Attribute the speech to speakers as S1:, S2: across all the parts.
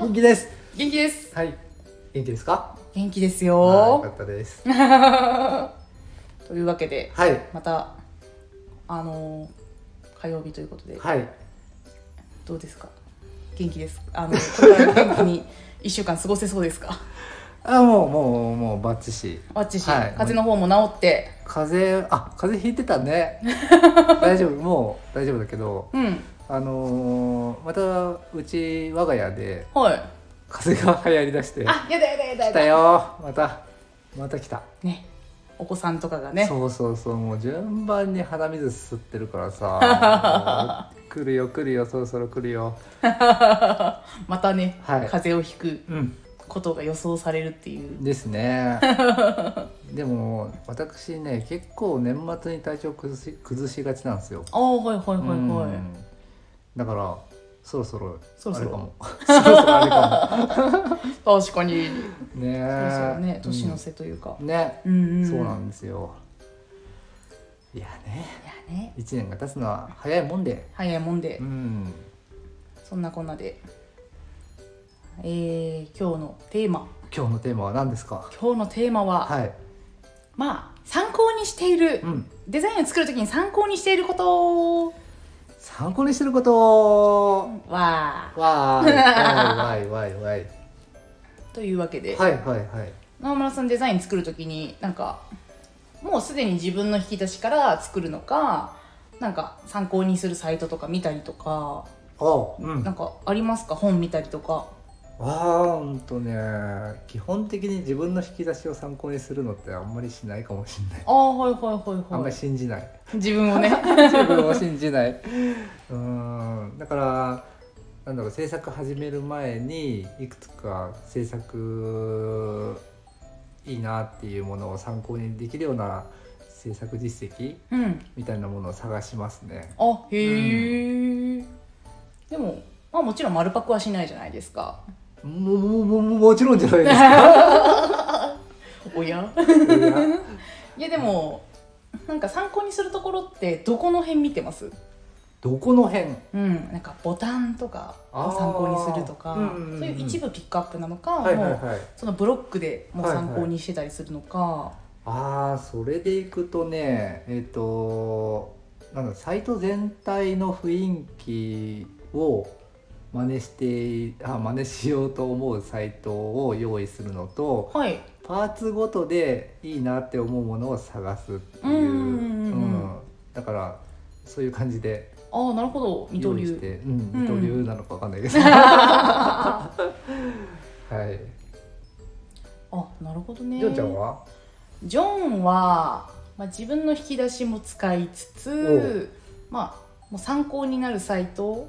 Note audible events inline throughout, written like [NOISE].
S1: 元気です
S2: [LAUGHS] 元気です
S3: はい。元気ですか？
S2: 元気です
S3: はいよ
S2: よ
S3: かったです。
S2: というわけで
S3: はい。
S2: またあのー火曜日ということで
S3: はい。
S2: どうですか元気ですあのこれから元気
S1: [LAUGHS]
S2: に一週間過ごせそうですか
S1: あもうもうもうバッチシ
S2: ワッチし、
S1: はい
S2: 風邪の方も治って
S1: 風邪あ風邪ひいて
S3: [LAUGHS]
S1: たね大丈夫もう大丈夫だけど
S2: うん
S1: あのー、またうち我が家で
S2: はい
S1: 風邪が流行りだして
S2: あやだやだやだや
S1: 来た
S2: だ
S1: よまたまた来た、
S2: ねお子さんとかがね
S1: そうそうそうもう順番に鼻水吸ってるから
S3: [LAUGHS]
S1: さもう来るよ来るよそろそろ来るよ
S2: [LAUGHS] またね、
S1: はい
S2: 風邪をひく
S1: うん
S2: ことが予想されるっていう
S1: ですねでも私ね結構年末に体調崩し崩しがちなんですよ
S2: ああはいはいはいはい、
S1: うんだからそろそろ
S2: そろそ [LAUGHS] ろ
S1: あれかもそろそろあれか
S2: 確かに
S1: もね
S2: そうですよね
S1: え
S2: 年の瀬というか、
S1: うんね、
S2: うんうん
S1: そうなんですよいやね
S2: いやね
S1: 1年が経つのは早いもんで
S2: 早いもんで、
S1: うん
S2: そんなこんなで、えー、今日のテーマ
S1: 今日のテーマは何ですか
S2: 今日のテーマは、
S1: はい、
S2: まあ参考にしている、
S1: うん、
S2: デザインを作る時に参考にしていること
S1: 参考にしてること
S2: は
S1: わ
S2: [LAUGHS]
S1: ーいわーいわーいわーいわ
S2: というわけで、
S1: ーいはいはいはい
S2: 野村さんデザイン作る時になんかもうすでに自分の引き出しから作るのかなんか参考にするサイトとか見たりとか
S1: おう、うん
S2: なんかありますか本見たりとか
S1: あーうんとね基本的に自分の引き出しを参考にするのってあんまりしないかもしれない
S2: ああはいはいはい
S1: あん
S2: は
S1: まり
S2: い
S1: 信じない
S2: 自分を
S1: [LAUGHS]
S2: ね
S1: 自分を信じないうーんだからなんだろう制作始める前にいくつか制作いいなっていうものを参考にできるような制作実績
S2: うん
S1: みたいなものを探しますね
S2: あへえ、でもまあもちろん丸パクはしないじゃないですか
S1: もももももちろんじゃないですか
S2: おや
S1: [LAUGHS]
S2: [LAUGHS]
S1: いや
S2: いやでもなんか参考にするところってどこの辺見てます
S1: どこの辺
S2: うん、なんかボタンとかを参考にするとか、
S1: あーうんうんうん
S2: そういう一部ピックアップなのか、
S1: はいはい
S2: もう
S1: はい
S2: そのブロックでもう
S1: はいはい
S2: 参考にしてたりするのか、
S1: ああそれでいくとねえっ、となんだサイト全体の雰囲気を真似して [LAUGHS] あ真似しようと思うサイトを用意するのと
S2: はい
S1: パーツごとでいいなって思うものを探すっていう,、
S2: うんうんうんうん
S1: だからそういう感じで
S2: ああなるほど二
S1: 用
S2: 刀
S1: 意し
S2: 流
S1: て、うん、二刀流なのかわかんないけど、
S2: [LAUGHS] あ
S1: はい
S2: なるほどね
S1: ジョンちゃんは
S2: ジョンは、まあ、自分の引き出しも使いつつ、まあ、もう参考になるサイト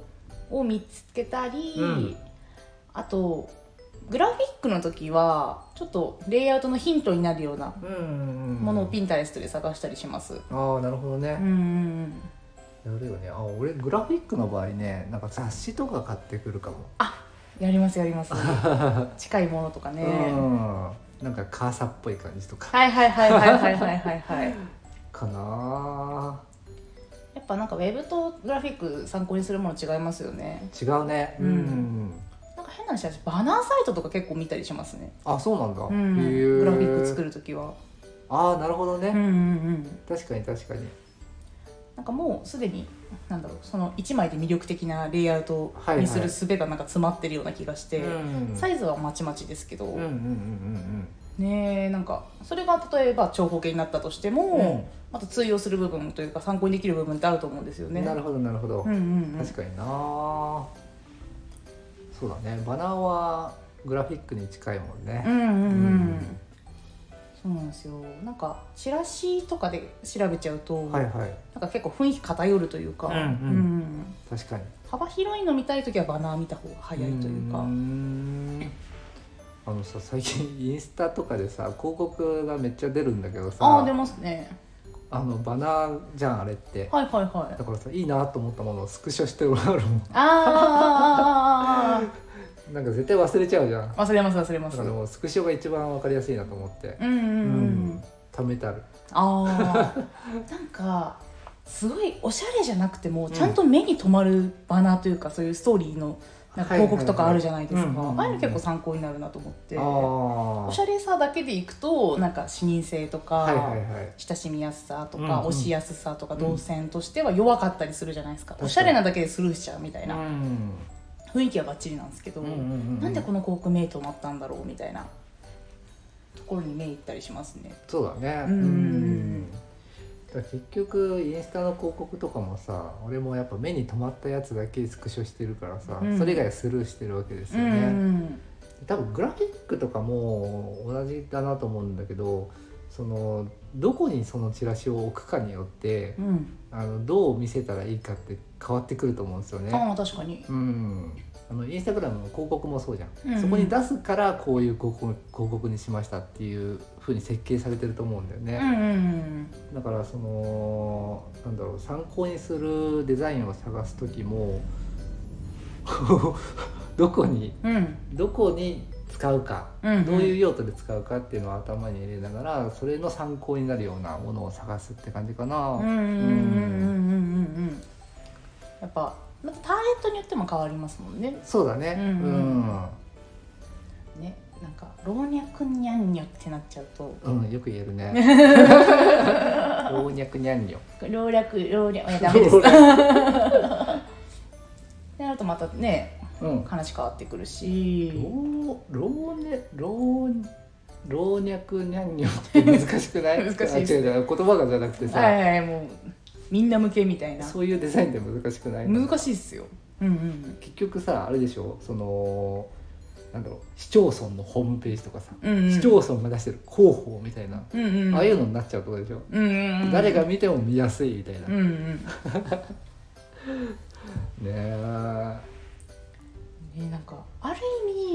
S2: を見つけたり、
S1: うん
S2: あとグラフィックの時はちょっとレイアウトのヒントになるようなものをピンタレストで探したりします。
S1: ああなるほどね、
S2: うんうんうん
S1: やるよねあ俺グラフィックの場合ねなんか雑誌とか買ってくるかも、
S2: やりますやります
S1: [LAUGHS]
S2: 近いものとかね、
S1: うんなんかカーサっぽい感じとか
S2: はいはいはいはいはいはいはいはい
S1: [LAUGHS] かな
S2: やっぱなんかウェブとグラフィック参考にするもの違いますよね
S1: ー違うね
S2: うんなんか変な話私バナーサイトとか結構見たりしますね、
S1: あそうなんだ、
S2: うん
S1: へー
S2: グラフィック作る時は
S1: ああなるほどね、
S2: うんうんうん
S1: 確かに確かに
S2: なんかもうすでになんだろうその1枚で魅力的なレイアウトにする術がなんか詰まってるような気がして、
S1: うん
S2: サイズはまちまちですけど、
S1: うんうんうん
S2: ねえなんかそれが例えば長方形になったとしても、
S1: うんうん
S2: また通用する部分というか参考にできる部分ってあると思うんですよね。
S1: なるほどなるほど、
S2: うんうんうん
S1: 確かになーそうだねバナーはグラフィックに近いもんね、
S2: うんうんうん
S1: うん
S2: そうなんですよなんかチラシとかで調べちゃうと、
S1: はいはい
S2: なんか結構雰囲気偏るというか、
S1: うんうん
S2: ん
S1: 確かに
S2: 幅広いの見たい時はバナー見た方が早いというか
S1: ーんあのさ最近 [LAUGHS] インスタとかでさ広告がめっちゃ出るんだけどさ
S2: ああ出ますね
S1: あのバナーじゃんあれって、
S2: はいはいはい
S1: だからさいいなと思ったものをスクショしてもらうのも [LAUGHS]
S2: あー
S1: なんか絶対忘れちゃうじゃん
S2: あーあーあー忘れます忘れま
S1: だ
S2: す
S1: か
S2: う
S1: ら
S2: ん
S1: もうスクショが一番わかりやすいなと思って
S2: うんうん、
S1: う
S2: うん、
S1: 貯めてある
S2: ああなんかすごいおしゃれじゃなくてもちゃんと目に留まるバナーというか、そういうストーリーのなんか
S1: はいはいは
S2: 広
S1: い
S2: 告とかあるじゃないです
S1: うんうん
S2: か
S1: うん
S2: ああいうの結構参考になるなと思って
S1: あ
S2: お
S1: あは
S2: しゃれさだけでいくとなんか視認性とか、
S1: いはいはい
S2: 親しみやすさとか、
S1: うんうん
S2: 押しやすさとか
S1: うん
S2: 動線としては弱かったりするじゃないですか、
S1: かに
S2: おしゃれなだけでスルーしちゃうみたいな、
S1: ん
S2: 雰囲気はバッチリなんですけど、
S1: な
S2: なんでこの広告名となったんだろうみたいなところに目いったりしますね
S1: そうだね
S2: うん
S1: だから結局インスタの広告とかもさ俺もやっぱ目に留まったやつだけスクショしてるからさ、
S2: うん
S1: それ以外はスルーしてるわけですよ
S2: うん
S1: ね、
S2: うん
S1: 多分グラフィックとかも同じだなと思うんだけどそのどこにそのチラシを置くかによって
S2: う、ん
S1: あのどう見せたらいいかって変わってくると思うんですよね。
S2: ああ確かに
S1: うん、あのインスタグラムの広告もそうじゃん、
S2: うんうん
S1: そこに出すからこういう広告広告にしましたっていう風に設計されてると思うんだよ
S2: う
S1: ね。
S2: んうん
S1: だからそのなんだろう参考にするデザインを探す時も [LAUGHS] どこに
S2: うんうん
S1: どこに使うか、
S2: うん
S1: どういう用途で使うかっていうのを頭に入れながらそれの参考になるようなものを探すって感じかな。
S2: うんうんうんうんうんうんやっぱまたターゲットによっても変わりますもんね
S1: そうだね、
S2: うん
S1: うん
S2: ねなんか老若にゃんにょってなっちゃうと
S1: うん、よく言え
S2: [LAUGHS]
S1: るね。老若にゃんにょ。
S2: 老若老若いや
S1: [LAUGHS]
S2: ダメです
S1: す。
S2: ってなるとまたね
S1: うん。
S2: 話変わってくるし
S1: 老老ね老老若にゃんにょって難しくない
S2: 難しいです
S1: あ違う違う言葉がじゃなくてさ、
S2: はいはいはいもうみんな向けみたいな
S1: そういうデザインって難しくない
S2: 難しいっすようんうん
S1: 結局さあれでしょそのなんだろう市町村のホームページとかさ、
S2: うんうん
S1: 市町村が出してる広報みたいな、
S2: うんうん
S1: ああいうのになっちゃうとこでしょ、
S2: うんうんうん
S1: 誰が見ても見やすいみたいな、
S2: うん
S1: ね
S2: うん
S1: え
S2: ねなんかある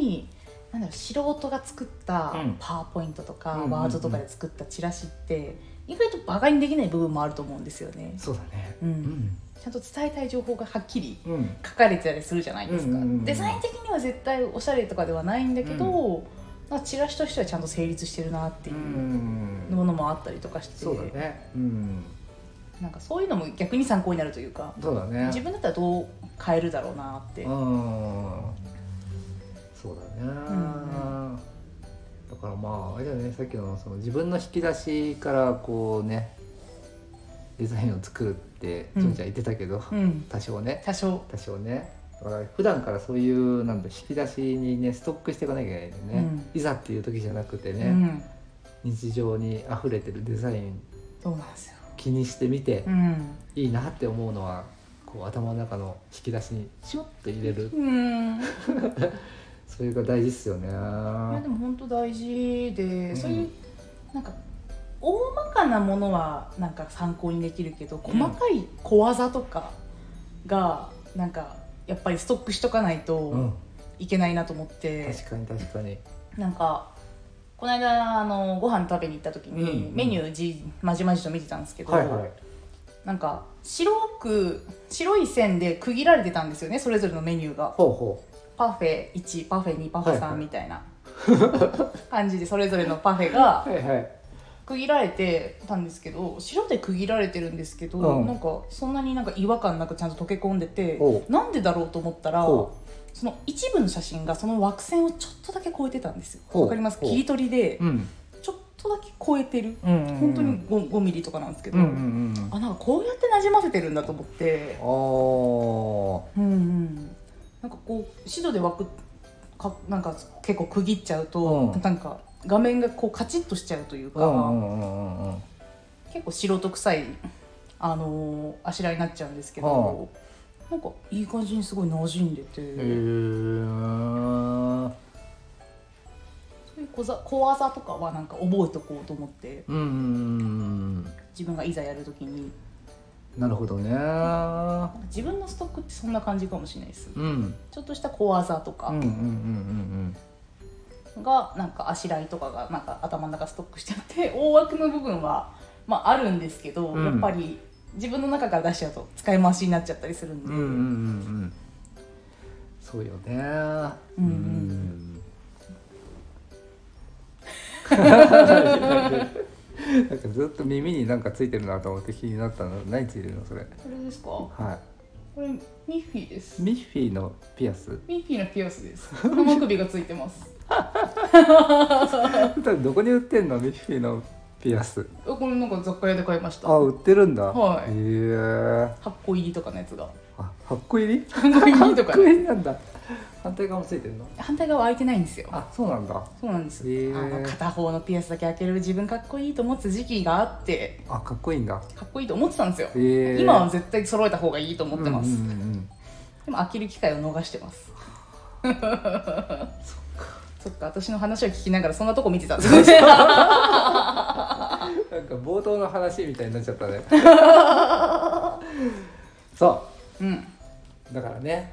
S2: 意味なんだろう素人が作った
S1: うん
S2: パワーポイントと
S1: うん
S2: か
S1: うんうん
S2: ワードとかで作ったチラシって意外とバカにできない部分もあると思うんですよね
S1: そうだね
S2: う
S1: うんん
S2: ちゃんと伝えたい情報がはっきり
S1: うん
S2: 書かれてたりするじゃないですか、
S1: うんうんうん
S2: デザイン的には絶対おしゃれとかではないんだけど、なんかチラシとしてはちゃんと成立してるなっていううんものもあったりとかして、
S1: そうだねうん
S2: なんかそういうのも逆に参考になるというか
S1: そうだね
S2: 自分だったらどう変えるだろうなって、
S1: う
S2: うん
S1: んそうだね、
S2: ん
S1: だからまああれだよねさっきのその自分の引き出しからこうねデザインを作るって
S2: うん
S1: 純ちゃん言ってたけど、多少ね
S2: 多少
S1: 多少ねだから普段からそういうなんだ引き出しにねストックしていかなきゃいけないんだよね、
S2: うん
S1: いざっていう時じゃなくて
S2: う
S1: ね、
S2: ん、
S1: 日常に溢れてるデザイン
S2: そうなんですよ、
S1: 気にしてみて、
S2: うん
S1: いいなって思うのはこう頭の中の引き出しにシュッと入れる
S2: うん、い
S1: それが大事っすよね。
S2: やでも本当大事で、
S1: ん
S2: そういうなんか大まかなものはなんか参考にできるけど細かい小技とかがなんかやっぱりストックしとかない
S1: うん
S2: と、いけないなと思って、
S1: 確かに確かに。
S2: なんかこの間あのご飯食べに行った時に、
S1: うん
S2: メニューじまじまじと見てたんですけど、
S1: はいはい。
S2: なんか白く白い線で区切られてたんですよねそれぞれのメニューが
S1: ほうほ
S2: パフェ1パフェ2パフェ
S1: はい
S2: 3
S1: はい
S2: みたいな感じでそれぞれのパフェが
S1: う。はいはい。
S2: 区切られてたんですけど白で区切られてるんですけど、
S1: うん
S2: なんかそんなになんか違和感なくちゃんと溶け込んでて
S1: おう
S2: なんでだろうと思ったら
S1: ほ
S2: その一部の写真がその枠線をちょっとだけ超えてたんですよ。
S1: ほう
S2: わかります
S1: ほう
S2: 切り取りで
S1: う。うん。
S2: ちょっとだけ超えてる
S1: うん
S2: 本当に 5, 5ミリとかなんですけど、
S1: うんうんうん。
S2: あなんかこうやってなじませてるんだと思って、
S1: お
S2: うんうん、なんかこうシドで枠かなんか結構区切っちゃうと、
S1: うん
S2: なんか画面がこうカチッとしちゃうという
S1: ー。う
S2: か、
S1: んうんうんうんうん。
S2: 結構素人臭い、あのーあしらいになっちゃうんですけど、なんかいい感じにすごい馴染んでて、
S1: へえー。
S2: そういう小ざ小技とかはなんか覚えとこうと思って
S1: うんうんうん
S2: 自分がいざやるときに
S1: うんなるほどね
S2: 自分のストックってそんな感じかもしれないです
S1: うん
S2: ちょっとした小技と
S1: うんうんうん
S2: か
S1: うん
S2: がなんかあしらいとかがなんか頭の中ストックしちゃって [LAUGHS] 大枠の部分は、まあ、あるんですけど、
S1: うん
S2: やっぱり自分の中から出しちゃうと使い回しになっちゃったりするん
S1: うんう
S2: で、
S1: んうんうんそうよね
S2: うんうん
S1: うんなんかずっと耳になんかついてるなと思って気になったの何ついてるのそれ
S2: これですかこ
S1: は
S2: れミッフィーです
S1: いミッフィーのピアス
S2: ミッフィーのピアスです生首がついてます
S1: どこに売ってんのミッフィーのピアス
S2: あこれなんか雑貨屋で買いました
S1: あ売ってるんだ
S2: はい
S1: へえ
S2: 8個入りとかのやつが
S1: あ8個入り
S2: 8個入りと
S1: 8
S2: か
S1: 個
S2: ね
S1: 入りなんだ反対側もついてるの
S2: 反対側開いてないんですよ
S1: あそうなんだ
S2: そうなんです、
S1: へえ
S2: あの片方のピアスだけ開けれる自分かっこいいと思ってた時期があって
S1: あかっこいいんだ
S2: かっこいいと思ってたんですよ、
S1: へえ
S2: 今は絶対揃えた方がいいと思ってます、
S1: うんうんうん
S2: でも飽きる機会を逃してます。そっか。そっか、私の話を聞きながらそんなとこ見てたんですね。
S1: うんなんか冒頭の話みたいになっち
S2: [LAUGHS]
S1: ゃったねそ
S2: うん。
S1: うだからね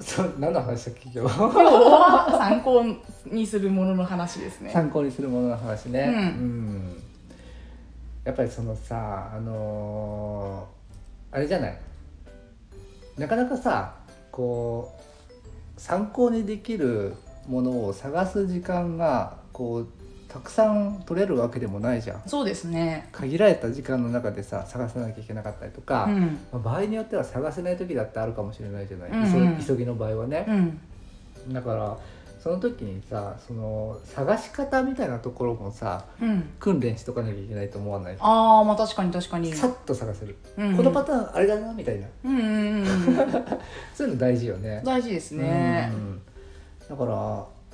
S1: そう何の話だっけ今日
S2: [LAUGHS] 今日は参考にするものの話ですね。
S1: 参考にするものの話ね、
S2: うん
S1: んやっぱりそのさあのーあれじゃないなかなかさこう参考にできるものを探す時間がこうたくさん取れるわけでもないじゃん
S2: そうですね。
S1: 限られた時間の中でさ探さなきゃいけなかったりとか、
S2: うん。
S1: まあ場合によっては探せない時だってあるかもしれないじゃない、
S2: うんうん
S1: 急ぎ急ぎの場合はね、
S2: うん。
S1: だからその時にさその探し方みたいなところもさ
S2: うん。
S1: 訓練しとかなきゃいけないと思わない
S2: ああ、まあ確かに確かに。
S1: さっと探せる、
S2: うん
S1: このパターンあれだなみたいな
S2: うんうんうんうん。
S1: そういうの大事よ [LAUGHS] ね
S2: 大事ですね
S1: う。んだか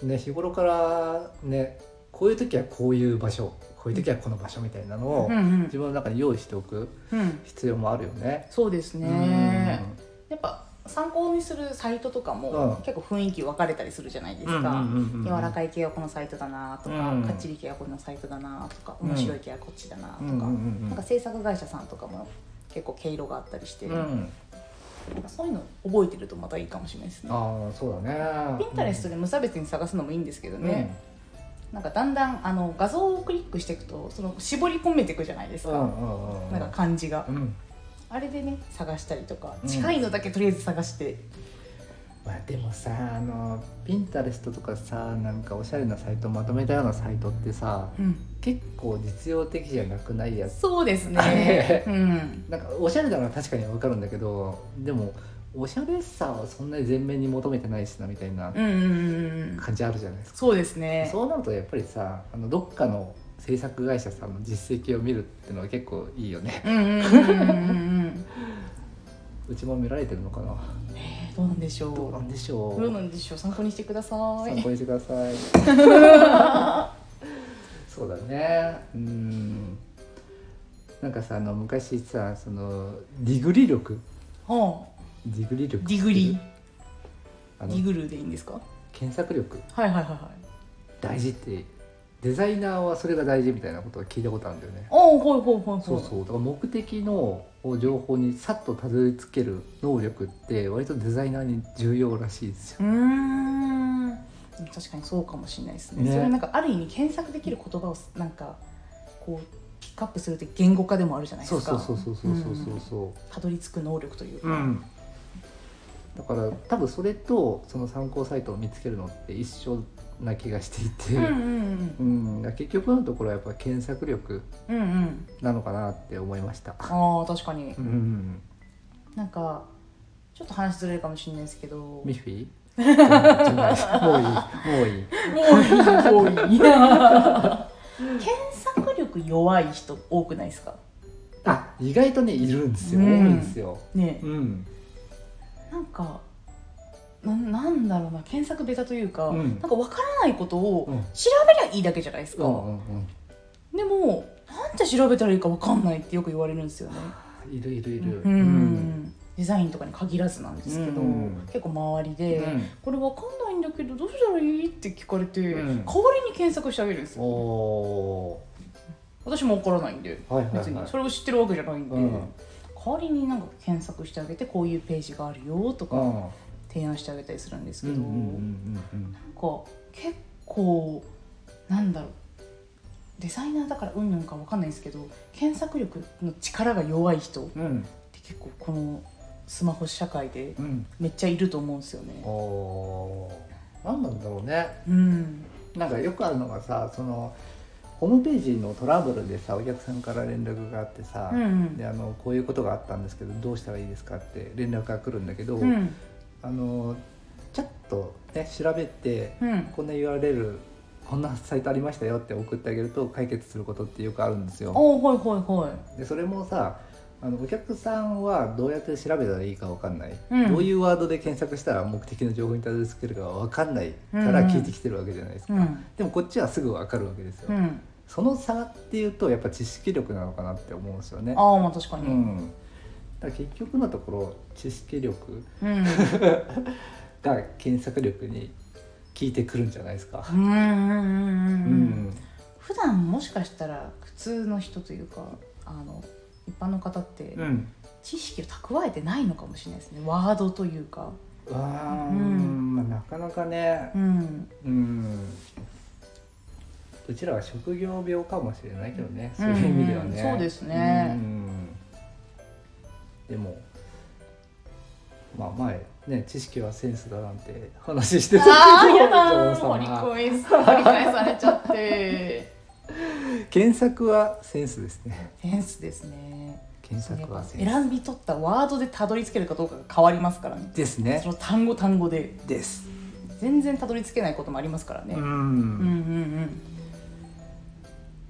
S1: らね日頃からねこういう時はこういう場所こういう時はこの場所みたいなのを
S2: うんうん
S1: 自。分の中に用意しておく
S2: うん。
S1: 必要もあるよね、
S2: そうです
S1: う
S2: ね。やっぱ参考にするサイトとかも
S1: うん
S2: 結構雰囲気分かれたりするじゃないですか。
S1: ん
S2: 柔らかい系はこのサイトだなとか、
S1: うん
S2: かっちり系はこのサイトだなとか
S1: うん
S2: 面白い系はこっちだなとか、
S1: うんうんうん
S2: なんか制作会社さんとかも結構毛色があったりして、
S1: うんうん
S2: なんかそういうの覚えてるとまたいいかもしれないですね。
S1: ああそうだね
S2: ピンタレスト
S1: で
S2: で無差別に探すのもいいんですけどね、なんかだんだんあの画像をクリックしていくとその絞り込めていくじゃないです
S1: うんう
S2: か、
S1: んうんうん
S2: なんか漢字が、
S1: うん
S2: あれでね探したりとか
S1: うん
S2: 近いのだけとりあえず探して、
S1: まあ、でもさあのピンタレストとかさなんかおしゃれなサイトまとめたようなサイトってさ
S2: うん
S1: 結構実用的じゃなくないやつ
S2: そうです
S1: あ
S2: ね
S1: [LAUGHS] れ、
S2: うん、
S1: なんかおしゃれなのは確かにわかるんだけどでもおしゃれさはそんなに全面に求めてないしなみたいな
S2: うんうんうんうん
S1: 感じあるじゃないですか、
S2: そうですね
S1: そうなるとやっぱりさあのどっかの制作会社さんの実績を見るってのは結構いいよね
S2: うんうんうんうんうんうん
S1: うちも見られてるのかな
S2: どうなんでしょう。
S1: どうなんでしょ
S2: どう
S1: う
S2: なんでしょう。参考にしてくださ
S1: 参
S2: い。
S1: 考にしてく
S2: [LAUGHS]
S1: ださい。そうだね。うん。なんかさ、あの昔さ、そのディグリ力、
S2: はあ、
S1: ディグリ力。
S2: ディグリ。
S1: あ
S2: デ
S1: の
S2: ィグルでいいんですか。
S1: 検索力
S2: はいはいはいはい。
S1: 大事ってデザイナーはそれが大事みたいなことを聞いたことあるんだよね。
S2: おお、ほいほいほいほい。
S1: そうそう。だから目的の情報にさっとたどり着ける能力って割とデザイナーに重要らしいですよ。
S2: うーん。確かにそうかもしれないですね。
S1: ね
S2: それはなんかある意味検索できる言葉をなんかこうピックアップするって言語化でもあるじゃないで
S1: そう
S2: すか。
S1: そうそうそうそうそうそ
S2: ん
S1: うそう。
S2: たどり着く能力というか。
S1: うん、だから多分それとその参考サイトを見つけるのって一緒な気がしていて、
S2: うんうん
S1: うんだから結局のところはやっぱ検索力
S2: うんうんうん。
S1: なのかなって思いました。
S2: ああ確かに
S1: う。ん、
S2: なんかちょっと話ずれるかもしれないですけど。もう
S1: ミ
S2: い
S1: ッフィーじゃないもういいもういい
S2: もういい。 [LAUGHS] 検索力弱い人多くないですか。
S1: あ意外とねいるんですよ、
S2: うん
S1: 多いんですよ、
S2: ね
S1: うん、
S2: なんかななんだろうな検索ベタというか、
S1: うん
S2: なんかわからないこと
S1: う
S2: を
S1: ん
S2: 調べりゃいいだけじゃないです
S1: う
S2: か、
S1: んうん
S2: でもなんで調べたらいいかわかんないってよく言われるんですよね
S1: うんいるいるいる
S2: うん、
S1: うん
S2: デザインとかに限らずなんですけど、
S1: うん
S2: 結構周りで、
S1: うん
S2: これわかんないんだけどどうしたらいいって聞かれて、
S1: うん
S2: 代わりに検索してあげるんです
S1: お
S2: よ
S1: お
S2: 私もわからないんで、
S1: ーはいはい
S2: 別に
S1: はい
S2: それを知ってるわけじゃないんで、
S1: うん
S2: 代わりになんか検索してあげてこういうページがあるよとか
S1: ん
S2: 提案してあげたりするんです
S1: う
S2: け
S1: んうん
S2: ど、
S1: うんうん
S2: なんか結構なんだろうデザイナーだからうんぬんかわかんないですけど検索力の力が弱い人って
S1: うん
S2: 結構このスマホ社会で
S1: うん
S2: めっちゃいると思うんですよね。
S1: おー何なんだろうね
S2: うん、
S1: なんかよくあるのがさそのホームページのトラブルでさお客さんから連絡があってさ、
S2: うんうん
S1: であのこういうことがあったんですけどどうしたらいいですかって連絡が来るんだけど、
S2: うん
S1: あのちょっとね調べて、
S2: うん
S1: こんな URL こんなサイトありましたよって送ってあげると解決することってよくあるんですよ。
S2: おーはいはいは
S1: でそれもさあのお客さんはどうやって調べたらいいかわかんない、
S2: うん
S1: どういうワードで検索したら目的の情報にたどり着けるかわかんないから聞いてきてるわけじゃないですか、
S2: い。うん
S1: でもこっちはすぐわかるわけですよ、
S2: うん、
S1: その差っていうとやっぱ知識力なのかなって思うんですよね
S2: ああまあ確か
S1: う
S2: に。
S1: ん、だから結局のところ知識力
S2: うん、
S1: が検索力に効いてくるんじゃないですか。
S2: うんうんうんう
S1: うん
S2: うん。普段もしかしたら普通の人というかあの一般の方って
S1: うん
S2: 知識を蓄えてないのかもしれないですねワードというか。
S1: うわー
S2: うん
S1: まあなかなかね
S2: う、ん
S1: うん、うちらは職業病かもしれないけどね、そういう意味ではね。
S2: うんうんそうですね
S1: うんでも、まあ前ね知識はセンスだなんて話してた
S2: あ
S1: け
S2: ー
S1: ど、
S2: やだー
S1: ジョ
S2: 掘
S1: ン
S2: り
S1: さんが
S2: 込み掘り返されちゃって
S1: 検索はセンスですね。
S2: センスですね
S1: 検索はセンス
S2: 選び取ったワードでたどり着けるかどうかが変わりますからね
S1: ですね
S2: そ。の単語単語で
S1: です。
S2: 全然たどり着けないこともありますからね、うん、うんうん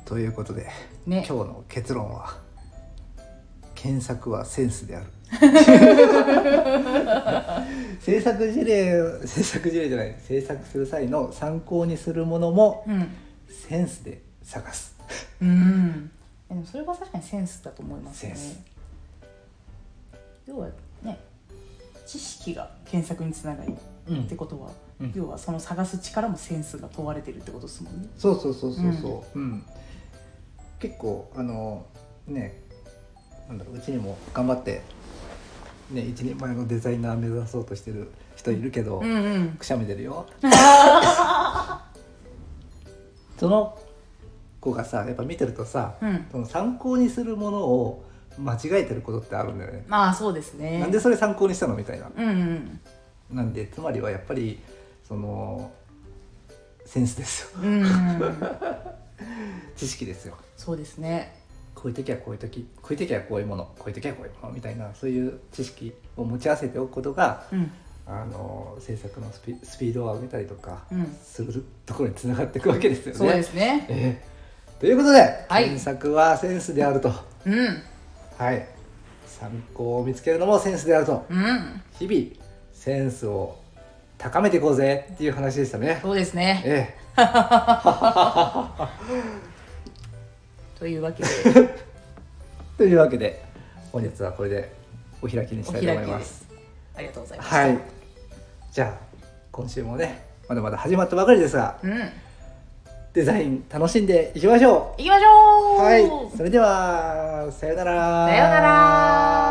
S1: ということで。
S2: ね
S1: 今日の結論は検索はセンスで [LAUGHS] ある制作事例制作事例じゃない制作する際の参考にするものも
S2: うん
S1: センスで探す
S2: うんでもそれは確かにセンスだと思います
S1: セン
S2: ね
S1: ス
S2: 要はね知識が検索につながりっ
S1: うん
S2: てことは、
S1: うん
S2: 要はその探す力もセンスが問われてるってことですもんね
S1: そうそうそうそうそう、うん結構あのねなんだろううちにも頑張ってね一人前のデザイナー目指そうとしてる人いるけど、
S2: んうん
S1: くしゃみ出る
S2: [LAUGHS]
S1: よその子がさやっぱ見てるとさ、
S2: うん
S1: その参考にするものを間違えてることってあるんだよね、
S2: まあそうですね
S1: なんでそれ参考にしたのみたいな
S2: うんうん
S1: なんでつまりはやっぱりそのセンスですよ [LAUGHS]
S2: うんうん
S1: 知識ですよ
S2: そうですね
S1: こういう時はこういう時こういう時はこういうものこういう時はこういうものみたいなそういう知識を持ち合わせておくことが
S2: うん
S1: あの制作のスピスピードを上げたりとか
S2: うん
S1: するところにつながっていくわけですよね。
S2: そうですね
S1: ええということで、
S2: はい
S1: 検索はセンスであると、
S2: うん
S1: はい、参考を見つけるのもセンスであると
S2: うん
S1: 日々センスを高めていこうぜっていう話でしたね。
S2: そうですね
S1: え
S2: というわけで
S1: え、というわけで本日はこれでお開きに
S2: お
S1: した
S2: 開
S1: い [LAUGHS]
S2: き
S1: と思いま。
S2: ですすありがとうございます、
S1: はい、じゃあ今週もねまだまだ始まったばかりですが
S2: うん行
S1: デザイン楽しんでいきましょ
S2: きましょ
S1: う。
S2: う
S1: はい、それではさようなら。
S2: さようなら